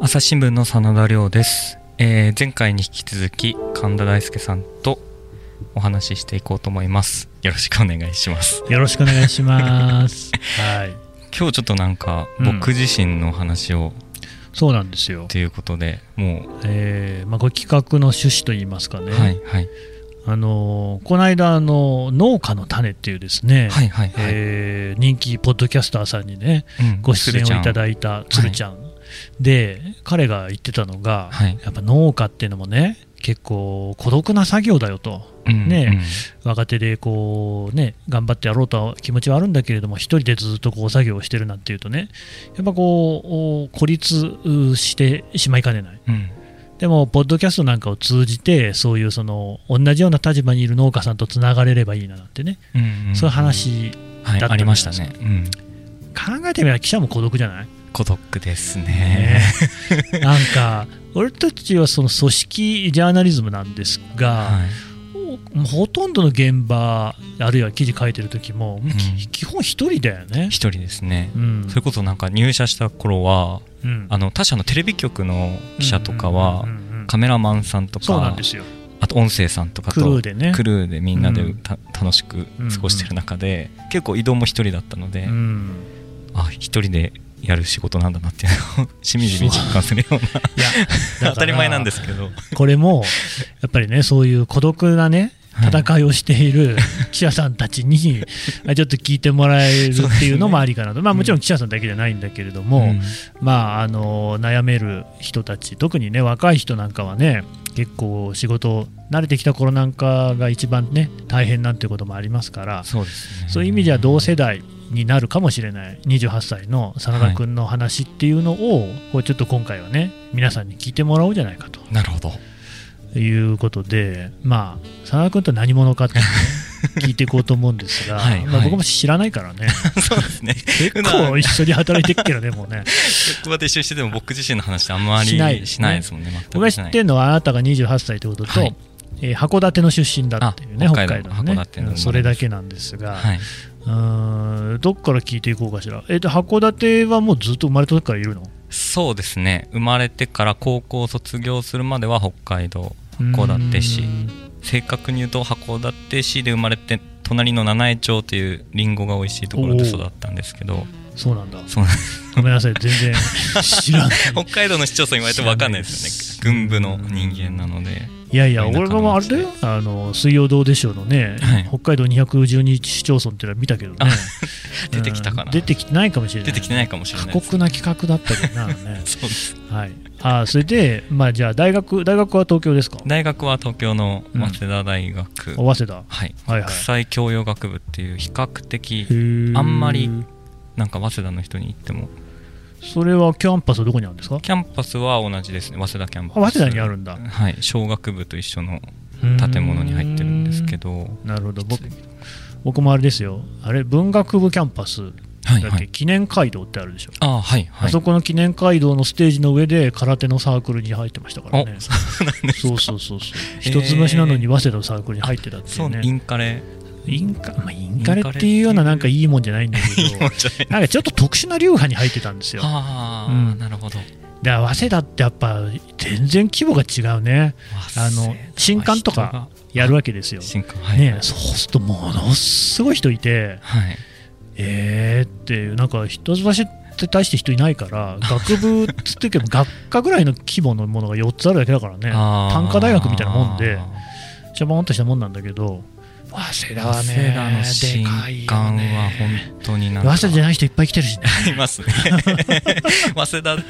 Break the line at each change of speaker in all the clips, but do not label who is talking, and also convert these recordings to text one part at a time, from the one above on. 朝日新聞の真田亮です、えー前回に引き続き神田大輔さんとお話ししていこうと思いますよろしくお願いします
よろしくお願い します。はい。
今日ちょっとなんか
うん
僕自身の話を
そうなんですよ。
ということで、も
えーまあ、ご企画の趣旨といいますか
う、
ね。
はいはい
あのーこの間、あの農家の種っていうですね。
はいはいはい、
えー人気ポッドキャスターさんにね、
うん
ご出演をいた
い
だいたつるちゃん。で、彼が言ってたのが、
はい
やっぱ農家っていうのもね、結構孤独な作業だよと。
て、うん
ね若手でこうね頑張ってやろうとは気持ちはあるんだけれども一人でずっとこう作業をしてるなんていうとねやっぱこうお孤立うしてしまいかねない
うんうん
でもポッドキャストなんかを通じてそういうその同じような立場にいる農家さんとつながれればいいななんてね、
うんうん
そういう話
はい
だったんじゃないですか
ありましたね、うん、
考えてみれば記者も孤独じゃない、
孤独ですね
なんか俺たちはその組織ジャーナリズムなんですが、
はい
もうほとんどの現場あるいは記事書いてる時も、き基本一人だよね。
一人ですね
うん
それこそなんか入社した頃は
うん
あの他社のテレビ局の記者とかは
うんうんうんうん
カメラマンさんと
そうなん
か
ですよ
あと音声さんとか
クルー
と
でね
クルーでみんなで
うん
た楽しく過ごしてる中で結構移動も一人だったので
うん
あ一人でやる仕事なんだなっていうのを しみじみ実感するよ うない 当
や
たり前なんですすけど
これもやっぱりねそういう孤独なね戦いをして いる記者さんたちにあちょっと聞いてもらえるっていうのもありかなと、まあ、もちろん記者さんだけじゃないんだけれど
う
も、
ん
まあ、あの悩める人たち特にね若い人なんかはね結構仕事慣れてきた頃なんかが一番ね大変なんていうこともありますから
そうですね
そういう意味では同世代になるかもしれない28歳の真田君の話っていうのを、こうちょっと今回はね皆さんに聞いてもらおうじゃないかと
なるほ ど
いうことでまあ真田君と何者かっていう のをね聞いていこうと思うんですが
はい
ま
は
あ、
い
僕も知らないからね
そうですね
結
普段
構一緒に働いてるけどねも うね
職場で一緒にしてても僕自身の話ってあんまり
しない
しないですもんね全
僕が
くし
知
ない
ってるのはあなたが28歳ということと、
はい
えー函館の出身だっていうね
あ
北
北海
海道
道
のね
函館の
うんそれだけなんですが、
はいう
ーんどっから聞いていこうかしら、えー、と函館はもうずっと生まれた時からいるの
そうですね生まれてから高校を卒業するまでは北海道函館市
うーん
正確に言うと函館市で生まれて隣の七重町というリンゴが美味しいところで育ったんですけど
そうなんだ
そうなん
ごめんなさい全然知 らない
北海道の市町村言われて分かんないですよね
知らな
軍
いです
部の人間なので
いやいや
田舎の
俺もあれだよあの水曜どうでしょうのね、
はい
北海道212市町村っていうのは見たけどね
あ出てきたかな
うん出てきてないかもしれない
出てきてないかもしれ
過
ないです
酷な企画だったけどな、あれ ね
そうです
はい、あーそれで、まあ、じゃあ大学大学は東京ですか
大学は東京の早稲田大学、
お早稲田
はい、
はいは
国際教養学部っていう比較的
い
あんまりなんか早稲田の人に言っても
それはキャンパスはどこにあるんですかあ
キャンパスは同じですね早稲田キャンパス
早稲田にあるんだ
はい小学部と一緒の建物に入ってるんですけど
うーんなるほど僕僕もあれですよあれ文学部キャンパスだっけ、
はいはい
記念街道ってあるでしょ、
ああはいは
あ
い
そこの記念街道のステージの上で空手のサークルに入ってましたからね
お
そうそうそうそう一つ星なのに早稲田のサークルに入ってたってい
そうう
ね
ね、インカレ
インカ、まあ、インカレっていうようななんかいいもんじゃないんだけど
じゃない
なんかちょっと特殊な流派に入ってたんですよ
はあ、
うん
なるほど。
で早稲田ってやっぱ全然規模が違うねあの新刊とかやるわけですよ、
新刊はい、
ね、そうするとものすごい人いて
はい、
えーっていうなんか人差しって大して人いないから学部っつってけど学科ぐらいの規模のものが4つあるだけだからね
あー
単科大学みたいなもんでしゃぼんとしたもんなんだけど早稲田は
早稲田
ね
の新
でかい
刊
よね
は本当になん
早
か
稲田じゃない人いっぱい来てるしね
いますね早稲田早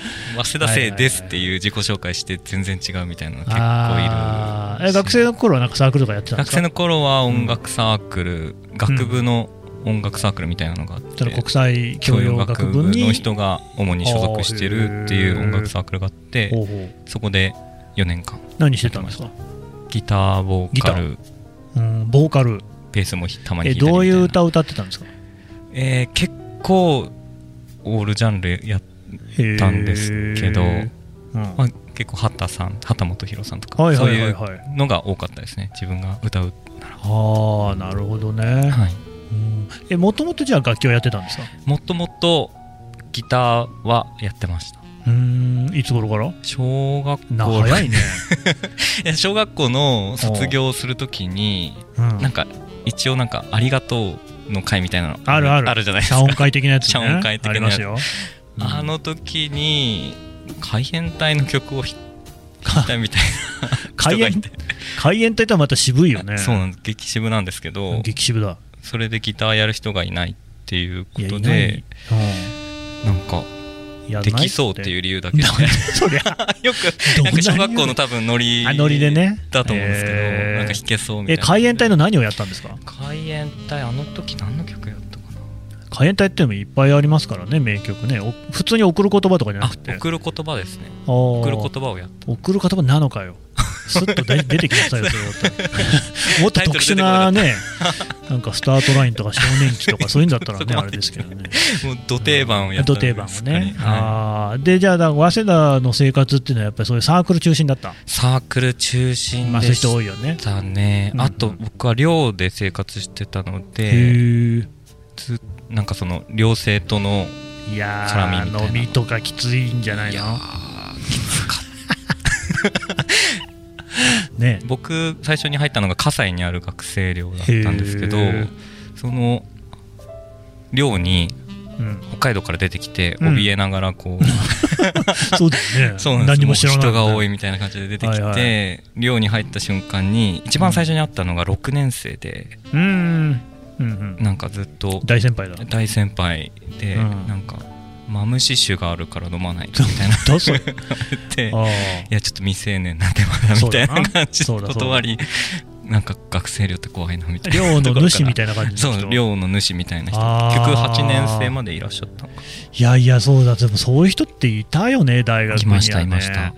稲田生ですっていう自己紹介して全然違うみたいなの 結
あ
構い
ーえ
る
学生の頃はなんかサークルとかやってたんで
学
すか
生の頃は音楽サークル、学部の音楽サークルみたいなのがあって
その国際教養学部に
の人が主に所属してるっていう音楽サークルがあって
ほうほう
そこで4年間
何してたんですか
ギターボーカル
うんボーカル
ベースもひたまに
え
弾いたり
どういう
みたな
歌を歌ってたんですか
えー結構オールジャンルやったんですけど、
へー
まあ、結構畑さん畑本博さんとか、
はいは
そ
いは
うい
いうはい
のが多かったですね自分が歌う、
ああなるほどね、
はい、
うんえもともとじゃあ楽器をやってたんですか
もっともっとギターはやってました
ううーんいつ頃から
小学校
な早いね、
いや 小学校の卒業するときに
うん、
なんか一応なんか「ありがとう」の会みたいなの
あるある
あるじゃないです
謝
か
恩会的なやつ、ね、
謝恩会的なやつ
ありますよ、うん
あの時に海援隊の曲を弾いたみ たいな人
開
がい
演
て
開演って言ったらまた渋いよね
そうなんです激渋なんですけど
激渋だ
それでギターやる人がいないっていうこ
いや
と
いない
で、なんか
うん、や
できそうっていうう理由だけで
そ りゃ
よ
ど
くな
んなん
か小学校の多分ノリ
あノリでね
だと思うんですけど
えー
なんか弾けそうみたい
え
な
海援隊の何をやったんですか
海援隊あの時何の曲やったか
海援隊っていうのもいっぱいありますからね名曲ねお普通に送る言葉とかじゃ
な
な
あ
くて
送る言葉ですね
あー
送る言葉をやっ
送る言葉な のかよすっと出出てきなさいよそれだったらもっと特殊なねなんかスタートラインとか少年期とかそういうんだったら
そ
ね
こま
あ
で
れですけどね
たもう土定番をやった
ド定番をね、
は
あーでじゃあだから早稲田の生活っていうのはやっぱりそういうサークル中心だった、
いサークル中心
まあ、そうい
で
う人
し
多いよね
たね
うんうん
あと僕は寮で生活してたの
へ
で
ー
つなんかその寮生との
いや
絡みみたいな
ー飲みとかきついんじゃない
いや
の
ーきつかった
ね
僕最初に入ったのが葛西にある学生寮だったんですけど
へー
その寮に
うん、
北海道から出てきて
うん
怯えながらこう、
そうだよね
そうなんです
何にも知らない
人が多い
い
みたいな感じで出てきて、
はいは
寮に入った瞬間に一番最初に会ったのが6年生で
うーん、うんうん、
なんかずっと
大先 輩だ
大先輩で、
うん
なんかマムシ臭があるから飲まないみたい な
どうぞ
で
あ
いやちょっと未成年なんでまだみたいな感じで
そうだなそうだそうだ
断りなんか学生寮って怖いなみた
あ
いな
寮の主み
たい
たいな感
な
じの
そ
人
う寮の主みたいな人
あー
結局8年生までいらっしゃったのか
いやいやそうだでもそういう人っていたよね大学に
い
はね
ましたいました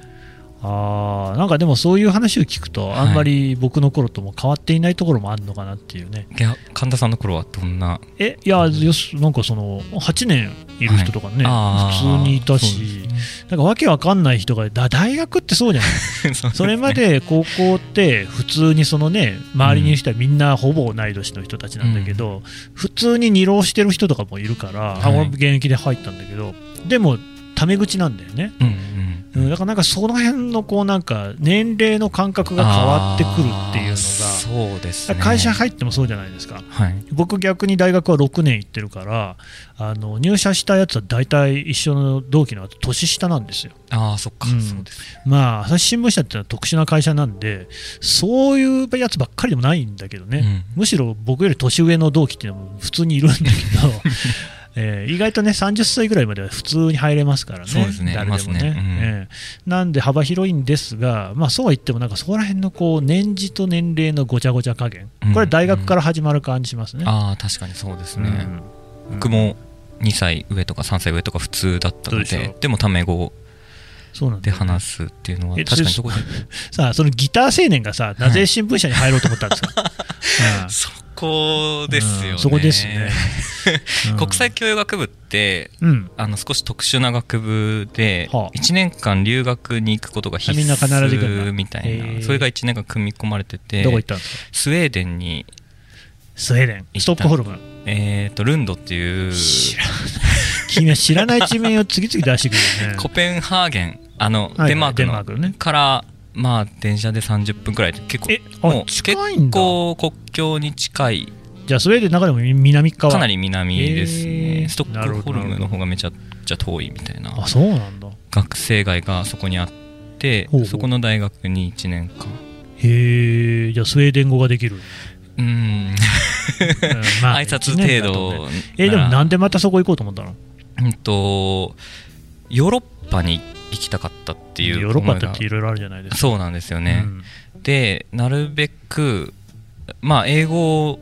あーなんかでもそういう話を聞くと、
はい
あんまり僕の頃とも変わっていないところもあるのかなっていうね
いや神田さんの頃はどんな
えいやよしなんかその8年いる人とかね、
あー
普通にいた
そうです
し、
ね
なんかわけわかんない人がだ大学ってそう じゃない それまで高校って普通にそのね周りにいる人はみんなほぼ同い年の人たちなんだけど、普通に二浪してる人とかもいるから、
は
あ
い
俺も現役で入ったんだけどでもタメ口なんだよね
うんうん
うん、だからなんかその辺のこうなんか年齢の感覚が変わってくるっていう
あー
の
そうです
が、
ね
会社入ってもそうじゃないですか
はい
僕逆に大学は6年行ってるからあの入社したやつは大体一緒の同期の年下なんですよ
ああそっか、
うん
そうです
まあ朝日新聞社っていうのは特殊な会社なんでそういうやつばっかりでもないんだけどね、
ね、
むしろ僕より年上の同期っていうのも普通にいるんだけど、 えー意外とね30歳ぐらいまでは普通に入れますからね
そうですね
誰でもね
いますねうん
ええなんで幅広いんですが、まあ、そうは言ってもなんかそこら辺のこう年次と年齢のごちゃごちゃ加減
うん
これ大学から始まる感じしますね。
ああ確かにそうです
うん
ね、
うん
僕も2歳上とか3歳上とか普通だったので
そうでし
で
ょ
もタメ語
そうなんだ
で
よね
話すっていうのは
え
確かにそこで
さあそのギター青年がさなぜ新聞社に入ろうと思ったんで すか、うん
そこですよ
う
ね
んそこですねうん
国際教養学部って
うん
あの少し特殊な学部で
はあ
1年間留学に行くことが必
あみんな必ず行くんだ
須みたいな
へえ
それが1年間組み込まれてて
どこ行ったんですか
スウェーデンに、
スウェーデン
た
ストックホルム
えー、とルンドっていう
知らない君は知らない地名を次々出してくるよね
コペンハーゲンあの、
はい
デンマーク
デン
の
マークね
からまあ電車で30分くらいで結構
えあ
もう結
近いんだ
構国境に近い
じゃあスウェーデンの中でも南側
かなり南ですね、
へー
ストックホルムの方がめちゃくちゃ遠いみたいな
あそうなんだ
学生街がそこにあって
ほうほう
そこの大学に1年間
へえじゃあスウェーデン語がで きる、
うん
うんまあ
挨拶程
一年だと
度
ねえでも
な
なんでまたそこ行こうと思ったの
らうんとヨーロッパに行きたかったっていう
ヨーロッパ
思い
だ
が
っていろいろあるじゃないですか
そうなんですよね、
うん
でなるべくまあ英語を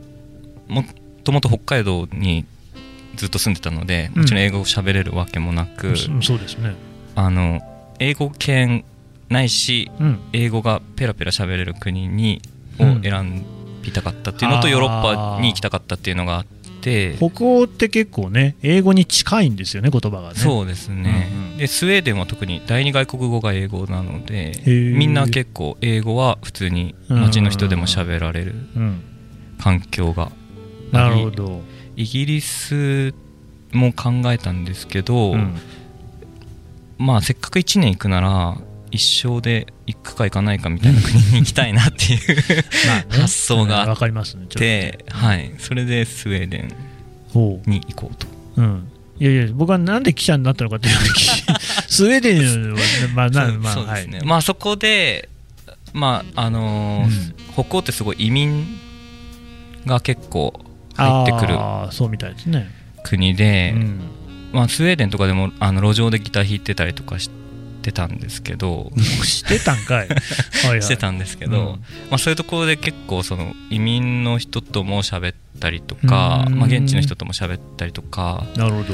もともと北海道にずっと住んでたので
うん
もちろん英語を喋れるわけもなく、
そそうですね
あの英語圏ないし
うん
英語がペラペラ喋れる国に
う
を
ん
選びたかったっていうのと、
あー
ヨーロッパに行きたかったっていうのがあって
北欧って結構ね英語に近いんですよね言葉がね
そうですね、
うんうん
でスウェーデンは特に第二外国語が英語なので
ー
みんな結構英語は普通に街の人でも喋られる
う、ん、
環境が
なるほど、
イギリスも考えたんですけど、
うん
まあせっかく1年行くなら一生で行くか行かないかみたいな国に行きたいなっていう
まあね
発想があっ
うんわかりますねちょっと
で、はい、それでスウェーデン
ほ
に行こうと
う、うん、いやいや僕はなんで記者になったのかというと スウェーデンはまあなまあ
そうそうですね、
はい
まあそこでまああのー北欧ってすごい移民が結構入ってくる
あーそうみたいですね、
国で、
うん
まあ、スウェーデンとかでもあの路上でギター弾いてたりとかしてたんですけど
してたん かいはい、はい、
してたんですけど、
うん
まあ、そういうところで結構その移民の人とも喋ったりとか、
うん
まあ、現地の人とも喋ったりとか
なるほど、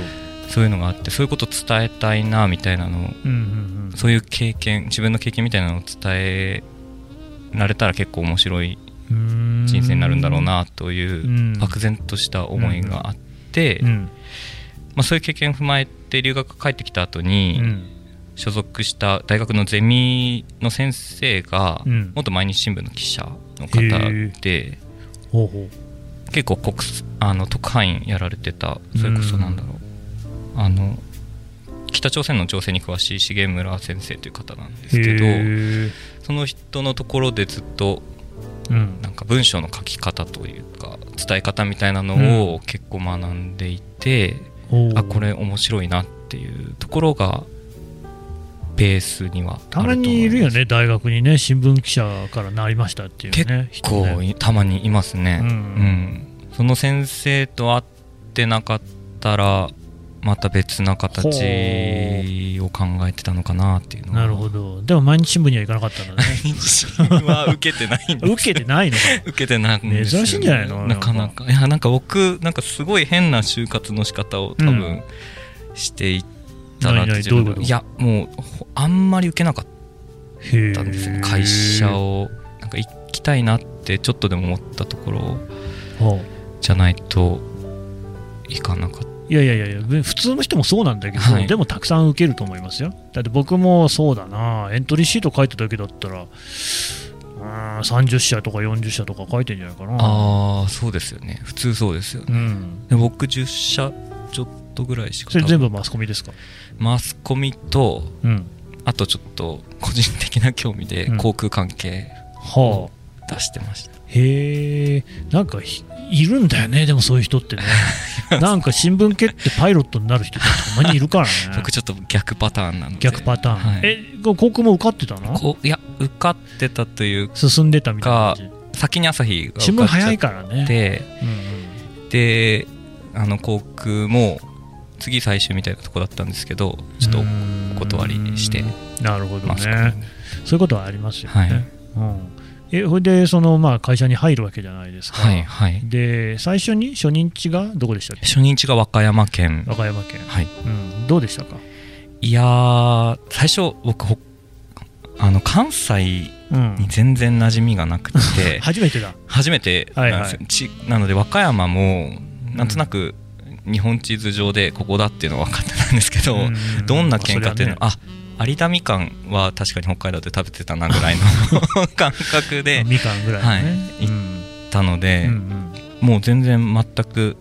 そういうのがあってそういうことを伝えたいなみたいなのを
うんうんうん、
そういう経験自分の経験みたいなのを伝えられたら結構面白い人
人
生になるんだろうなという漠
漠
然とした思いがあって、
うん
まあ、そういう経験を踏まえて留学帰ってきた後
う
に、
ん
所属した大学のゼミの先生が
うん
元毎日新聞の記者の
へ
方で
ほうほ
結構国すあの特派員やられてたそれこそなんだろうあの北朝鮮の情勢に詳しい重村先生という方なんで
う
すけど
へー
その人のところでずっと
うん
なんか文章の書き方というか伝え方みたいなのを結構学んでいて
ほう
あこれ面白いなっていうところがベースには
た
あると思います
まにいるよね大学にね新聞記者からなりましたっていうね
結構
人ね
いたまにいますね、
う
うんんその先生と会ってなかったらまた別な形を考えてたのかなっていうのは
な るほどでも毎日新聞には行かなかったんだね
は受けてないんです
受けてないのか
受けてないんですよ
珍しいんじゃないの
なかなかいやなんか僕なんかすごい変な就活の仕方を多
う
分していったなって
何々
自分で
どういうこと
いやもうほあんまり受けなかっ
へ
たんです
え
ね会社をなんか行きたいなってちょっとでも思ったところを
ほう
じゃないといかなかった
いやいやいやいや普通の人もそうなんだけど、
はい
でもたくさん受けると思いますよだって僕もそうだなエントリーシート書いただけだったらうーん30社とか40社とか書いてんじゃないかな
ああそうですよね普通そうですよね
うん
で僕10社ちょっとぐらいしか
それ全部マスコミですか
マスコミと
うん
あとちょっと個人的な興味で
うん
航空関係
はあ
出してました、
へえんかひいるんだよねでもそういう 人ってねなんか新聞系ってパイロットになる人ってたまにいるからね
僕ちょっと逆パターンなので
逆パターン、
はい
えこ航空も受かってたの
こういや受かってたという
進んでたみたいな感
先に朝日が
じ新
受
聞
かっちゃ
早い
っ
からね、
て
うん
であの航空も次最終みたいなとこだったんですけどちょっと
お
お断りして
なるほど
マスコミ
ねそういうことはありますよね、
はい
うん、えほいでその、まあ、会社に入るわけじゃないですか、
はいはい
で最初に初日がどこでしたっけ
初日が和歌山県
和歌山県、
はい
うん、どうでしたか、
いやー最初僕ほあの関西
うん
に、全然馴染みがなくて
初めてだ
初めてなんですよ、
はいは
ちなので和歌山もなんとなく日本地図上でここだっていうのは分かってたんですけど、
うん
どんな県かっていうの
ま
あ,、有田みかんは確かに北海道で食べてたなぐらい の感覚
あそれは
で
ねみかんぐらいのね、
はい
うん
行ったので、
うん
もう全然全く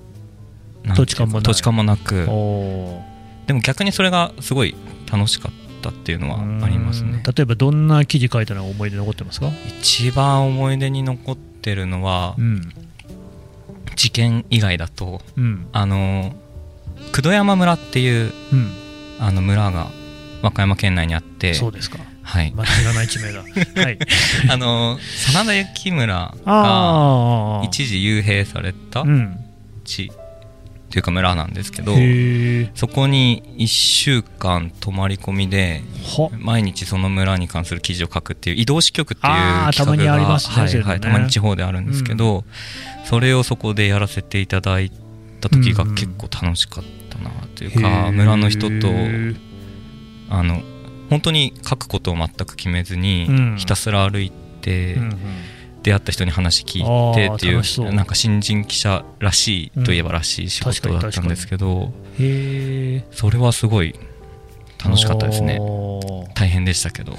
なんていうか
土地勘もない
土地勘もな
うん
く
おー
でも逆にそれがすごい楽しかったっていうのはあります
うん
ね
例えばどんな記事書いたのが思い出残ってますか、
一番思い出に残ってるのは
うん
事件以外だと
うん
あの久土山村っていう
うん、
あの村が和歌山県内にあって
そうですか
はい
間違いない地名だはい
あの真田幸村が
あー
一時幽閉された
うん
地というか村なんですけど
へえ
そこに1週間泊まり込みで
は
毎日その村に関する記事を書くっていう移動支局っていう
あー
企画が
たまにありますね
はい
そういうの
は
ね
い、たまに地方であるんですけど、それをそこでやらせていただいた時が
うんうん
結構楽しかったなという
へ
か、
ー
村の人と
うん
あの本当に書くことを全く決めずに、
うん
ひたすら歩いて、
うん
出会った人に話聞いてって
あー
い
楽しそう
うなんか新人記者らしいといえばらしい仕
確かに
事だったんですけど、
へえ
それはすごい楽しかったですね
おー
大変でしたけど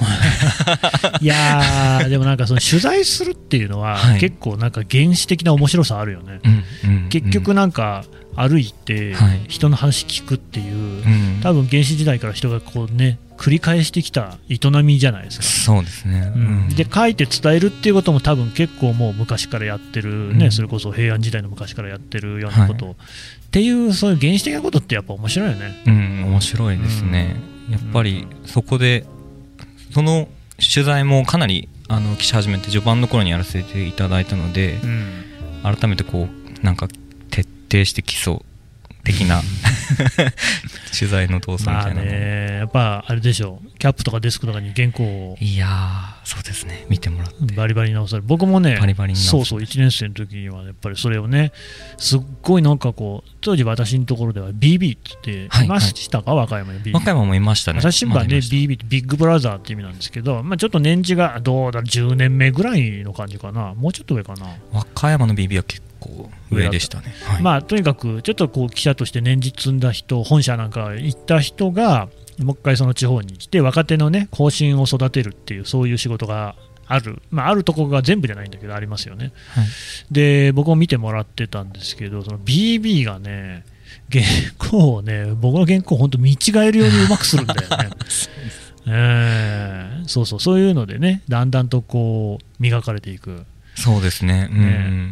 いや ーでもなんかその取材するっていうのは、
はい
結構なんか原始的な面白さあるよね
うんうんうん
結局なんか歩いて
はい
人の話聞くっていう、
うんうん
多分原始時代から人がこうね繰り返してきた営みじゃないですか。
そうですね、
うん、で書いて伝えるっていうことも多分結構もう昔からやってるね、
うん
それこそ平安時代の昔からやってるようなことを、っていうそういう原始的なことってやっぱ面白いよね。
うん、面白いですね、やっぱりそこでその取材もかなりあの記者始めて序盤の頃にやらせていただいたので、
うん
改めてこうなんか徹底して基礎的な 取材の動作み
ま
た
あ
いなのを、
ねやっぱあれでしょうキャップとかデスクとかに原稿を
いやーそうですね見てもらって
バリバリ直され僕もね
バリバリに直す
そうそう1年生の時にはやっぱりそれをねすっごいなんかこう当時私のところでは BB って言って
はい
いましたか、和歌山の BB
和歌山もいましたね
朝日新聞は
まだ
ね、
いました
BB ってビッグブラザーって意味なんですけど、まあ、ちょっと年次がどうだろう、10年目ぐらいの感じかな、もうちょっと上かな、
和歌山の BB は結構上でしたね、はい
まあ、とにかくちょっとこう記者として年次積んだ人、本社なんか行った人が、もう一回その地方に来て、若手のね、後進を育てるっていう、そういう仕事がある、まあ、あるとこが全部じゃないんだけど、ありますよね。
はい
で、僕も見てもらってたんですけど、その BB がね、原稿をね、僕の原稿を本当見違えるようにうまくするん だよね。えーそうそう、そういうのでね、だんだんとこう、磨かれていく。
そうですねうん、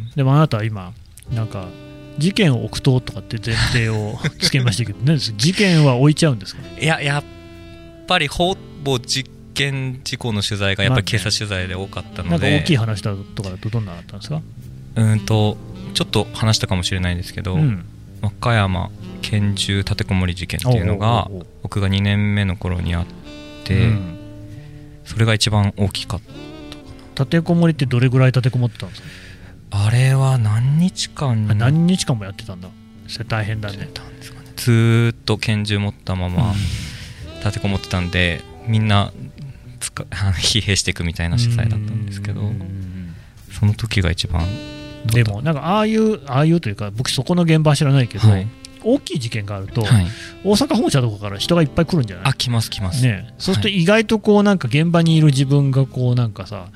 ねでもあなたは今、なんか、事件を置くととかって前提をつけました けど、ね、事件は置いちゃうんですか
いややっぱりほぼ実験事故の取材がやっぱり警察取材で多かった
な
の
んか
で、
大きい話だとかだとどんなのだったんですか、
うんとちょっと話したかもしれないんですけど、
うん
和歌山拳銃立てこもり事件っていうのが
おうおうおう
僕が2年目の頃にあって、
うん
それが一番大きかった
立てこもりってどれぐらい立てこもってたんですか、
あれは何日間
あ
に
何日間もやってたんだ、それ大変だね。
たんですかねずーっと拳銃持ったまま立てこもってたんでみんなつか疲弊していくみたいな取材だったんですけど
うん
その時が一番
でも、なんかああいう、ああいうというか、僕、そこの現場は知らないけど、
はい、
大きい事件があると、
はい、
大阪本社とかから人がいっぱい来るんじゃない
あ来ます来ます、
ねえ、そうすると意外とこうなんか現場にいる自分がこうなんかさ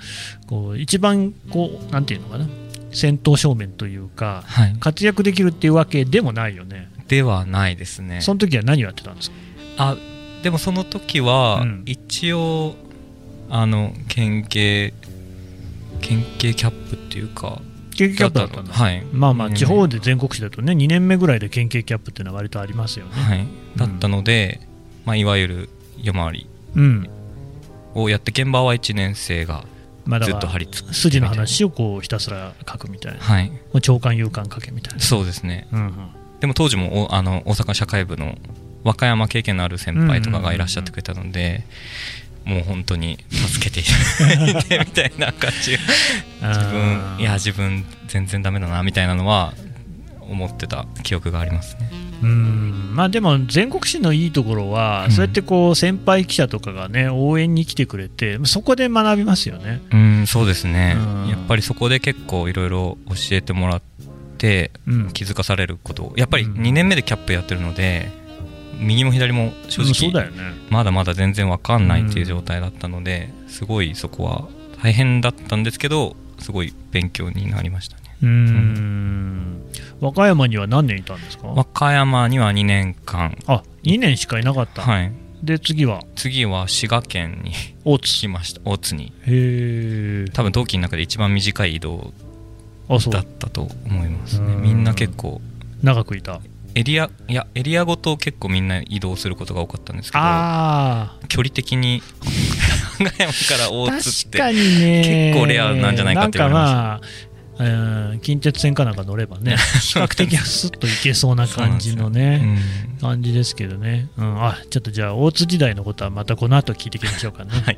こう一番こうなんていうのかな戦闘正面というか
はい、
活躍できるっていうわけでもないよね
ではないですね
その時は何をやってたんですか
あでもその時は
うん
一応、あの県警県警キャップっていうか
研究キャップだったんだ
はい
まあまあ
うん
地方で全国紙だとね2年目ぐらいで県警キャップっていうのは割とありますよね
はい、だったので、まあ、いわゆる夜回り
うん
をやって現場は1年生が
まあだ
ず
か
っと
ら
張り付く
筋の話をこうひたすら書くみたいな
はい
もう長官勇敢書けみたいな
そうですね
うんうん
でも当時もおあの大阪社会部の和歌山経験のある先輩とかがいらっしゃってくれたので、もう本当に助けていただいてみたいな感じが自
あ
分
ー
いや自分全然ダメだなみたいなのは思ってた記憶がありますね
うんまあでも全国紙のいいところ
う
は、
ん
そうやってこう先輩記者とかがね応援に来てくれてそこで学びますよね。
うんそうですね
うん
やっぱりそこで結構いろいろ教えてもらって
うん、
気づかされることやっぱり
うん
2年目でキャップやってるので右も左も正
うんそう
直
だよね。
まだまだ全然わかんないっていう状態だったのですごいそこは大変だったんですけどすごい勉強になりましたね
うん和歌山には何年いたんです
和
か。
歌山には2年間
あ2年しかいなかった。
はい
で次は
次は滋賀県に
大
来
津。
ました大津に
へえ。
多分同期の中で一番短い移動
あそ
だ
う
ったと思います
そう
ね
うん
みんな結構
長くいた。
エリアいやエリアごと結構みんな移動することが多かったんですけど
ああ
距離的に和歌山から大津っ
確
て
かにね
結構レアなんじゃないかって言われました
なんかまあうん近鉄線かなんか乗れ ばね比較的スッと行けそうな感じのね。
うん
感じですけどね、うん、あちょっとじゃあ大津時代のことはまたこの後聞いていきましょうかね
はい、
はい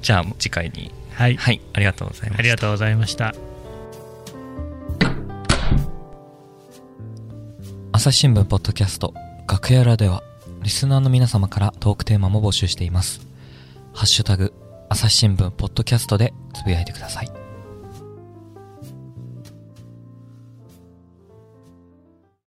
じゃあ次回に
はい
はいありがとうございま
あ
す
りがとうございました
朝日新聞ポッドキャスト楽屋裏ではリスナーの皆様からトークテーマも募集していますハッシュタグ朝日新聞ポッドキャストでつぶやいてください